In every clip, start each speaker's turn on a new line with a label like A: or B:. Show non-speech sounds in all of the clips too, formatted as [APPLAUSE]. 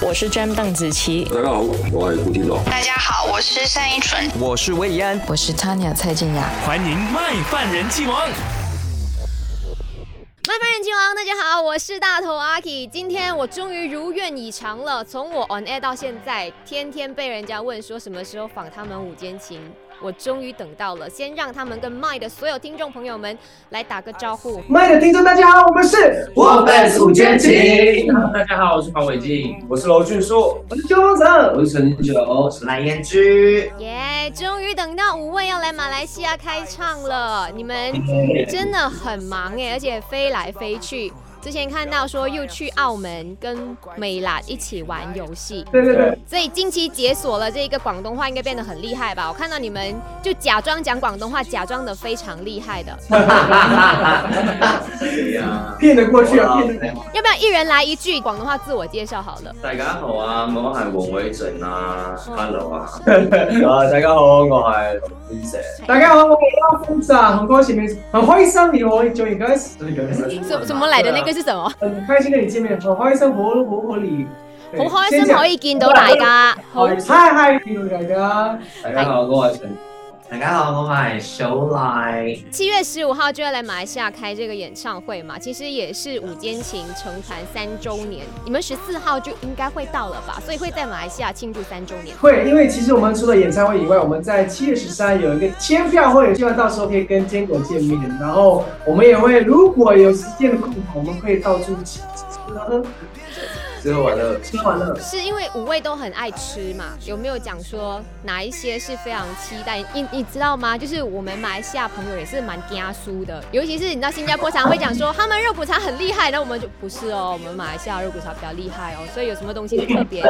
A: 我是 Jam 邓紫棋。
B: 大家好，我係古天樂。
C: 大家好，我是单依纯。
D: 我是魏安，
E: 我是 Tanya 蔡健雅。
F: 欢迎麦饭人气王。
G: 麦饭人气王，大家好，我是大头阿 K。今天我终于如愿以偿了，从我 on air 到现在，天天被人家问说什么时候访他们午间情，我终于等到了。先让他们跟麦的所有听众朋友们来打个招呼。
H: 麦的听众，大家好，我们是
I: 我们是五间情。
J: 大家好，我是黄伟晋，
K: 我是娄俊硕，
H: 我是邱风城，
L: 我是陈九，我是蓝颜之。
G: 耶，终于等到五位要来马来西亚开唱了，你们真的很忙哎，而且飞来飞去。之前看到说又去澳门跟美兰一起玩游戏，
H: 对对对，
G: 所以近期解锁了这一个广东话，应该变得很厉害吧？我看到你们就假装讲广东话，假装的非常厉害的，
L: 哎
H: 骗得过去啊，骗得过去。
G: 要不要一人来一句广东话自我介绍好了？
L: 大家好啊，我係黃偉俊啊，Hello 啊，
K: 啊大家好，我係劉冠石。
H: 大家好，我是阿峰啊，很高兴面，很开心你可以做你开始，
G: 什什么来的那个是什么？
H: 很开心跟你见面，很开心，好好和你，
G: 好開心可以見到大家，好
H: 哎好，嗨嗨，見到大家，
K: 大家好，我係陳。
L: 大家好，我係小麗。
G: 七月十五号就要来马来西亚开这个演唱会嘛，其实也是午间情成团三周年，你们十四号就应该会到了吧，所以会在马来西亚庆祝三周年。
H: 会，因为其实我们除了演唱会以外，我们在七月十三有一个签票会，希望到时候可以跟坚果见面。然后我们也会，如果有时间的空档，我们可以到处吃吃喝，
L: 之后完了，
H: 吃完了。
G: 是因为五位都很爱吃嘛？有没有讲说哪一些是非常期待？你你知道吗？就是我们马来西亚朋友也是蛮嗲酥的，尤其是你知道新加坡常会讲说他们肉骨茶很厉害，那我们就不是哦，我们马来西亚肉骨茶比较厉害哦，所以有什么东西是特别？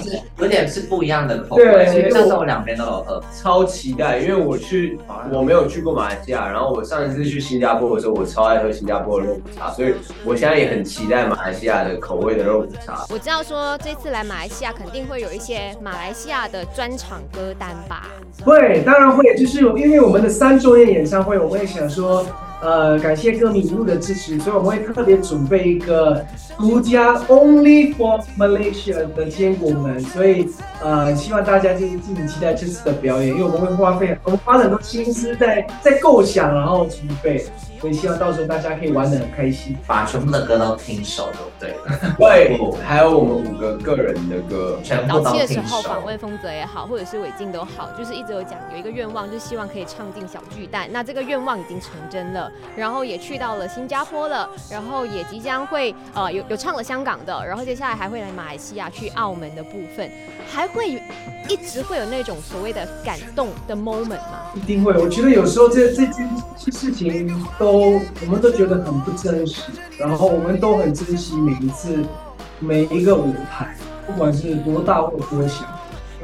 L: 是有点是不一样的口味，
H: 对
L: 其实这次我两边都有喝。
K: 超期待，因为我去，我没有去过马来西亚，然后我上一次去新加坡的时候，我超爱喝新加坡的肉骨茶，所以我现在也很期待马来西亚的口味的肉骨茶。
G: 我知道说这次来马来西亚肯定会有一些马来西亚的专场歌单吧？
H: 会，当然会，就是因为我们的三周年演唱会，我们也想说，呃，感谢歌迷一路的支持，所以我们会特别准备一个独家 Only for Malaysia 的坚果们，所以呃，希望大家就是敬请期待这次的表演，因为我们会花费，我们花了很多心思在在构想，然后准备，所以希望到时候大家可以玩得很开心。
L: 把全部的歌都听熟，对不对？
K: 对，还有我们五个个人的歌，
L: 全部都
G: 早期的时
L: 听
G: 候
L: 熟。
G: 访问丰泽也好，或者是韦静都好，就是一直有讲有一个愿望，就是希望可以唱进小巨蛋。那这个愿望已经成真了，然后也去到了新加坡了，然后也即将会呃有有唱了香港的，然后接下来还会来马来西亚、去澳门的部分，还会有一直会有那种所谓的感动的 moment 吗？
H: 一定会。我觉得有时候这这件事情都，我们都觉得很不真实，然后我们都很珍惜每一次每一个舞台，不管是多大或多小，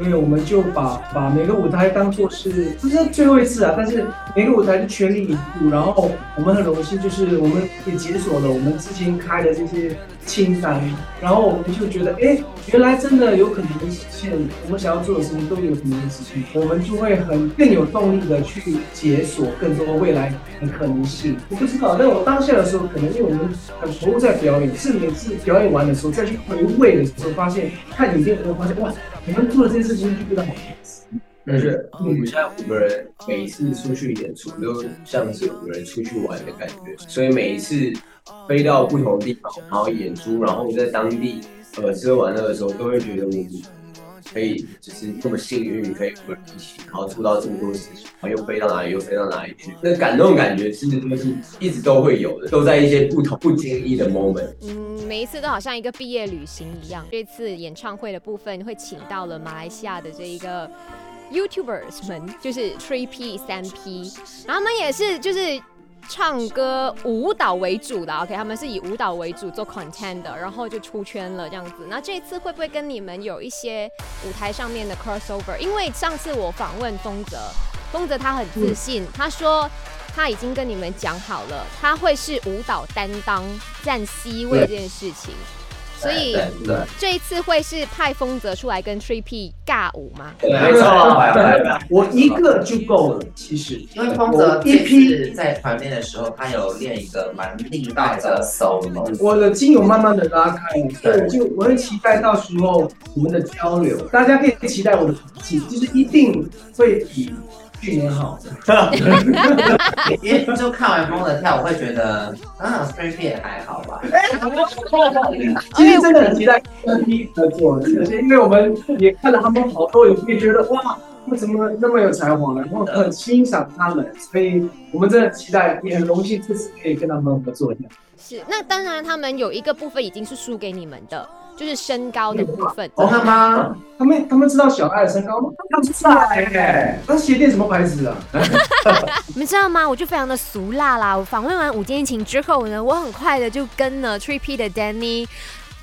H: 因为我们就把把每个舞台当做是不是最后一次啊，但是每个舞台就全力以赴。然后我们很荣幸，就是我们也解锁了我们之前开的这些清单，然后我们就觉得，哎，原来真的有可能实现我们想要做的事情都有可能实现，我们就会很更有动力的去解锁更多未来的可能性。我不知道，但我当下的时候，可能因为我们很投入在表演，是每次表演完的时候再去回味的时候，发现看影片的时候发现，哇，我们做的这些事情就觉得好。
K: 就是我们现在五个人每一次出去演出都像是五个人出去玩的感觉，所以每一次飞到不同地方，然后演出，然后在当地呃吃喝玩乐的时候，都会觉得我们可以就是这么幸运，可以五个人一起，然后做到这么多事情，然后又飞到哪里又飞到哪里去，那感动感觉是就是一直都会有的，都在一些不同不经意的 moment。
G: 嗯，每一次都好像一个毕业旅行一样。这次演唱会的部分会请到了马来西亚的这一个 YouTubers 们，就是 Three P、三 P，然后他们也是就是。唱歌、舞蹈为主的，OK，他们是以舞蹈为主做 content 的，然后就出圈了这样子。那这一次会不会跟你们有一些舞台上面的 crossover？因为上次我访问丰泽，丰泽他很自信，他说他已经跟你们讲好了，他会是舞蹈担当占 C 位这件事情。所以
K: 对对
G: 这一次会是派风泽出来跟 Tree P 尬舞吗？
K: 对，
J: 没错
K: 拜拜拜我一个就够了，其实
I: 因为丰泽
K: 一批
I: 这次在团练的时候，他有练一个蛮厉害的 solo，
H: 我的筋有慢慢的拉开，所以我就我会期待到时候我们的交流，大家可以期待我的脾气，就是一定会比去年好。
I: 因为就看完丰泽跳舞会觉得，嗯 s t r e e 也还好吧。
H: 其实真的很期待跟 P 合作，真的是因为我们也看了他们好多，也会觉得哇，他们怎么那么有才华然后很欣赏他们，所以我们真的很期待，也很荣幸这次可以跟他们合作一样。
G: 是，那当然他们有一个部分已经是输给你们的，就是身高的部分。
I: 真的吗？
H: 他们他们知道小爱的身高吗？他们知道哎，那鞋垫什么牌子啊？
A: 你们知道吗？我就非常的俗辣啦。我访问完午间情之后呢，我很快的就跟了 Tree P 的 Danny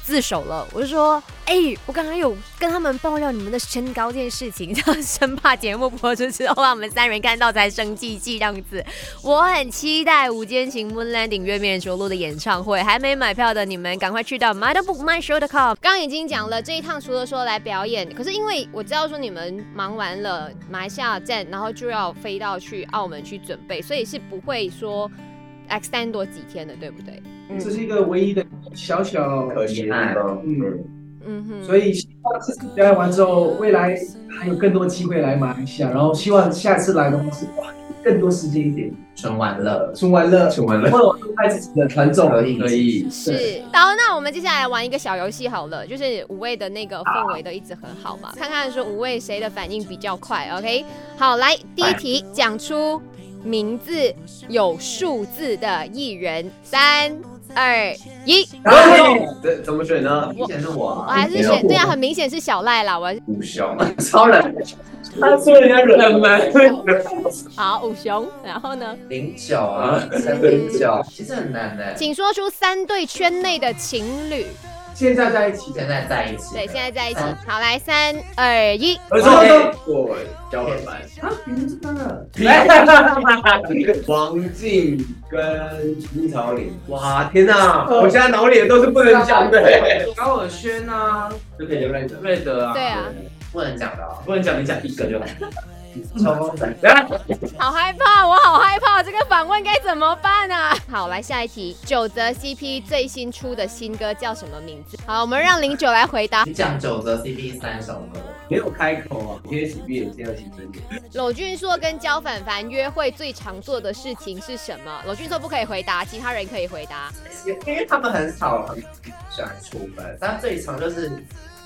A: 自首了。我就说，哎、我刚刚有跟他们爆料你们的身高这件事情， [LAUGHS] 这样生怕节目播出之后让我们三人看到才生气气这样子。我很期待午间情 Moon Landing 月面着陆的演唱会，还没买票的你们赶快去到 my book my show com。
G: 刚刚已经讲了，这一趟除了说来表演，可是因为我知道说你们忙完了马来西亚站，然后就要飞到去澳门去准备，所以是不会说 extend 多几天的，对不对？
H: 这是一个唯一的小小，
K: 可惜的地方，嗯，
G: 嗯哼，
H: 所以希望这次表演完之后，未来还有更多机会来马来西亚，然后希望下次来的话是哇，更多时间一点，
I: 纯玩乐，
H: 纯玩乐，
K: 请完
H: 然
K: 了，
H: 后我爱自己的团综
I: 可以
K: 可以，
G: 是，好，那我们接下来玩一个小游戏好了，就是五位的那个氛围的一直很好嘛，看看说五位谁的反应比较快，OK？好，来第一题，讲出名字有数字的艺人，三二一，
H: 然后。
K: 这怎么选 [LAUGHS] 呢？
I: 以前是我
G: 我
I: 啊，
G: 还是选对啊，很明显是小赖啦，我还是
K: 五雄，
I: 超人
H: 他说人家冷门，
G: 好五雄，然后呢，
I: 零九啊，三零九，其实很难的。
G: 请说出三对圈内的情侣，
H: 现在在一起
I: 现在在一起，
G: 对，现在在一起，好，来三二一，
K: 我说我交换班，
H: 啊，你们知道了，
K: 王静跟林朝林，哇，天哪，我现在脑里都是不能讲的，
J: 高尔轩啊，
K: 就可以留在这。
J: 瑞德啊，
G: 对啊，
I: 不能讲的哦。
J: 不能讲，你讲一个就好。
I: 秋风仔，
G: 好害怕，我好害怕，这个访问该怎么办啊？好，来下一题，九泽 CP 最新出的新歌叫什么名字？好，我们让零九来回答。
I: 你讲九则 CP 三首歌，
K: 没有开口啊，天喜闭眼见到情人节，
G: 娄俊硕跟焦凡凡约会最常做的事情是什么？娄俊硕不可以回答，其他人可以回答。
I: 因为他们很少很喜欢出门，但最常就是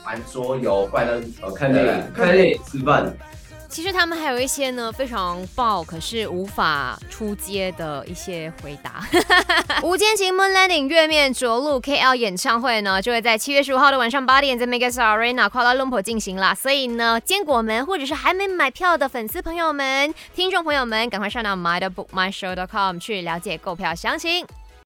I: 玩桌游，不然就是
K: 哦，看电影，看电影，吃饭，
A: 其实他们还有一些呢非常爆，可是无法出街的一些回答。无间情 Moon Landing 月面着陆 KL 演唱会呢，就会在七月十五号的晚上八点在 Mega Star Arena 夸拉 l u m p 进行啦。所以呢，坚果们或者是还没买票的粉丝朋友们、听众朋友们，赶快上到 my book my show com 去了解购票详情。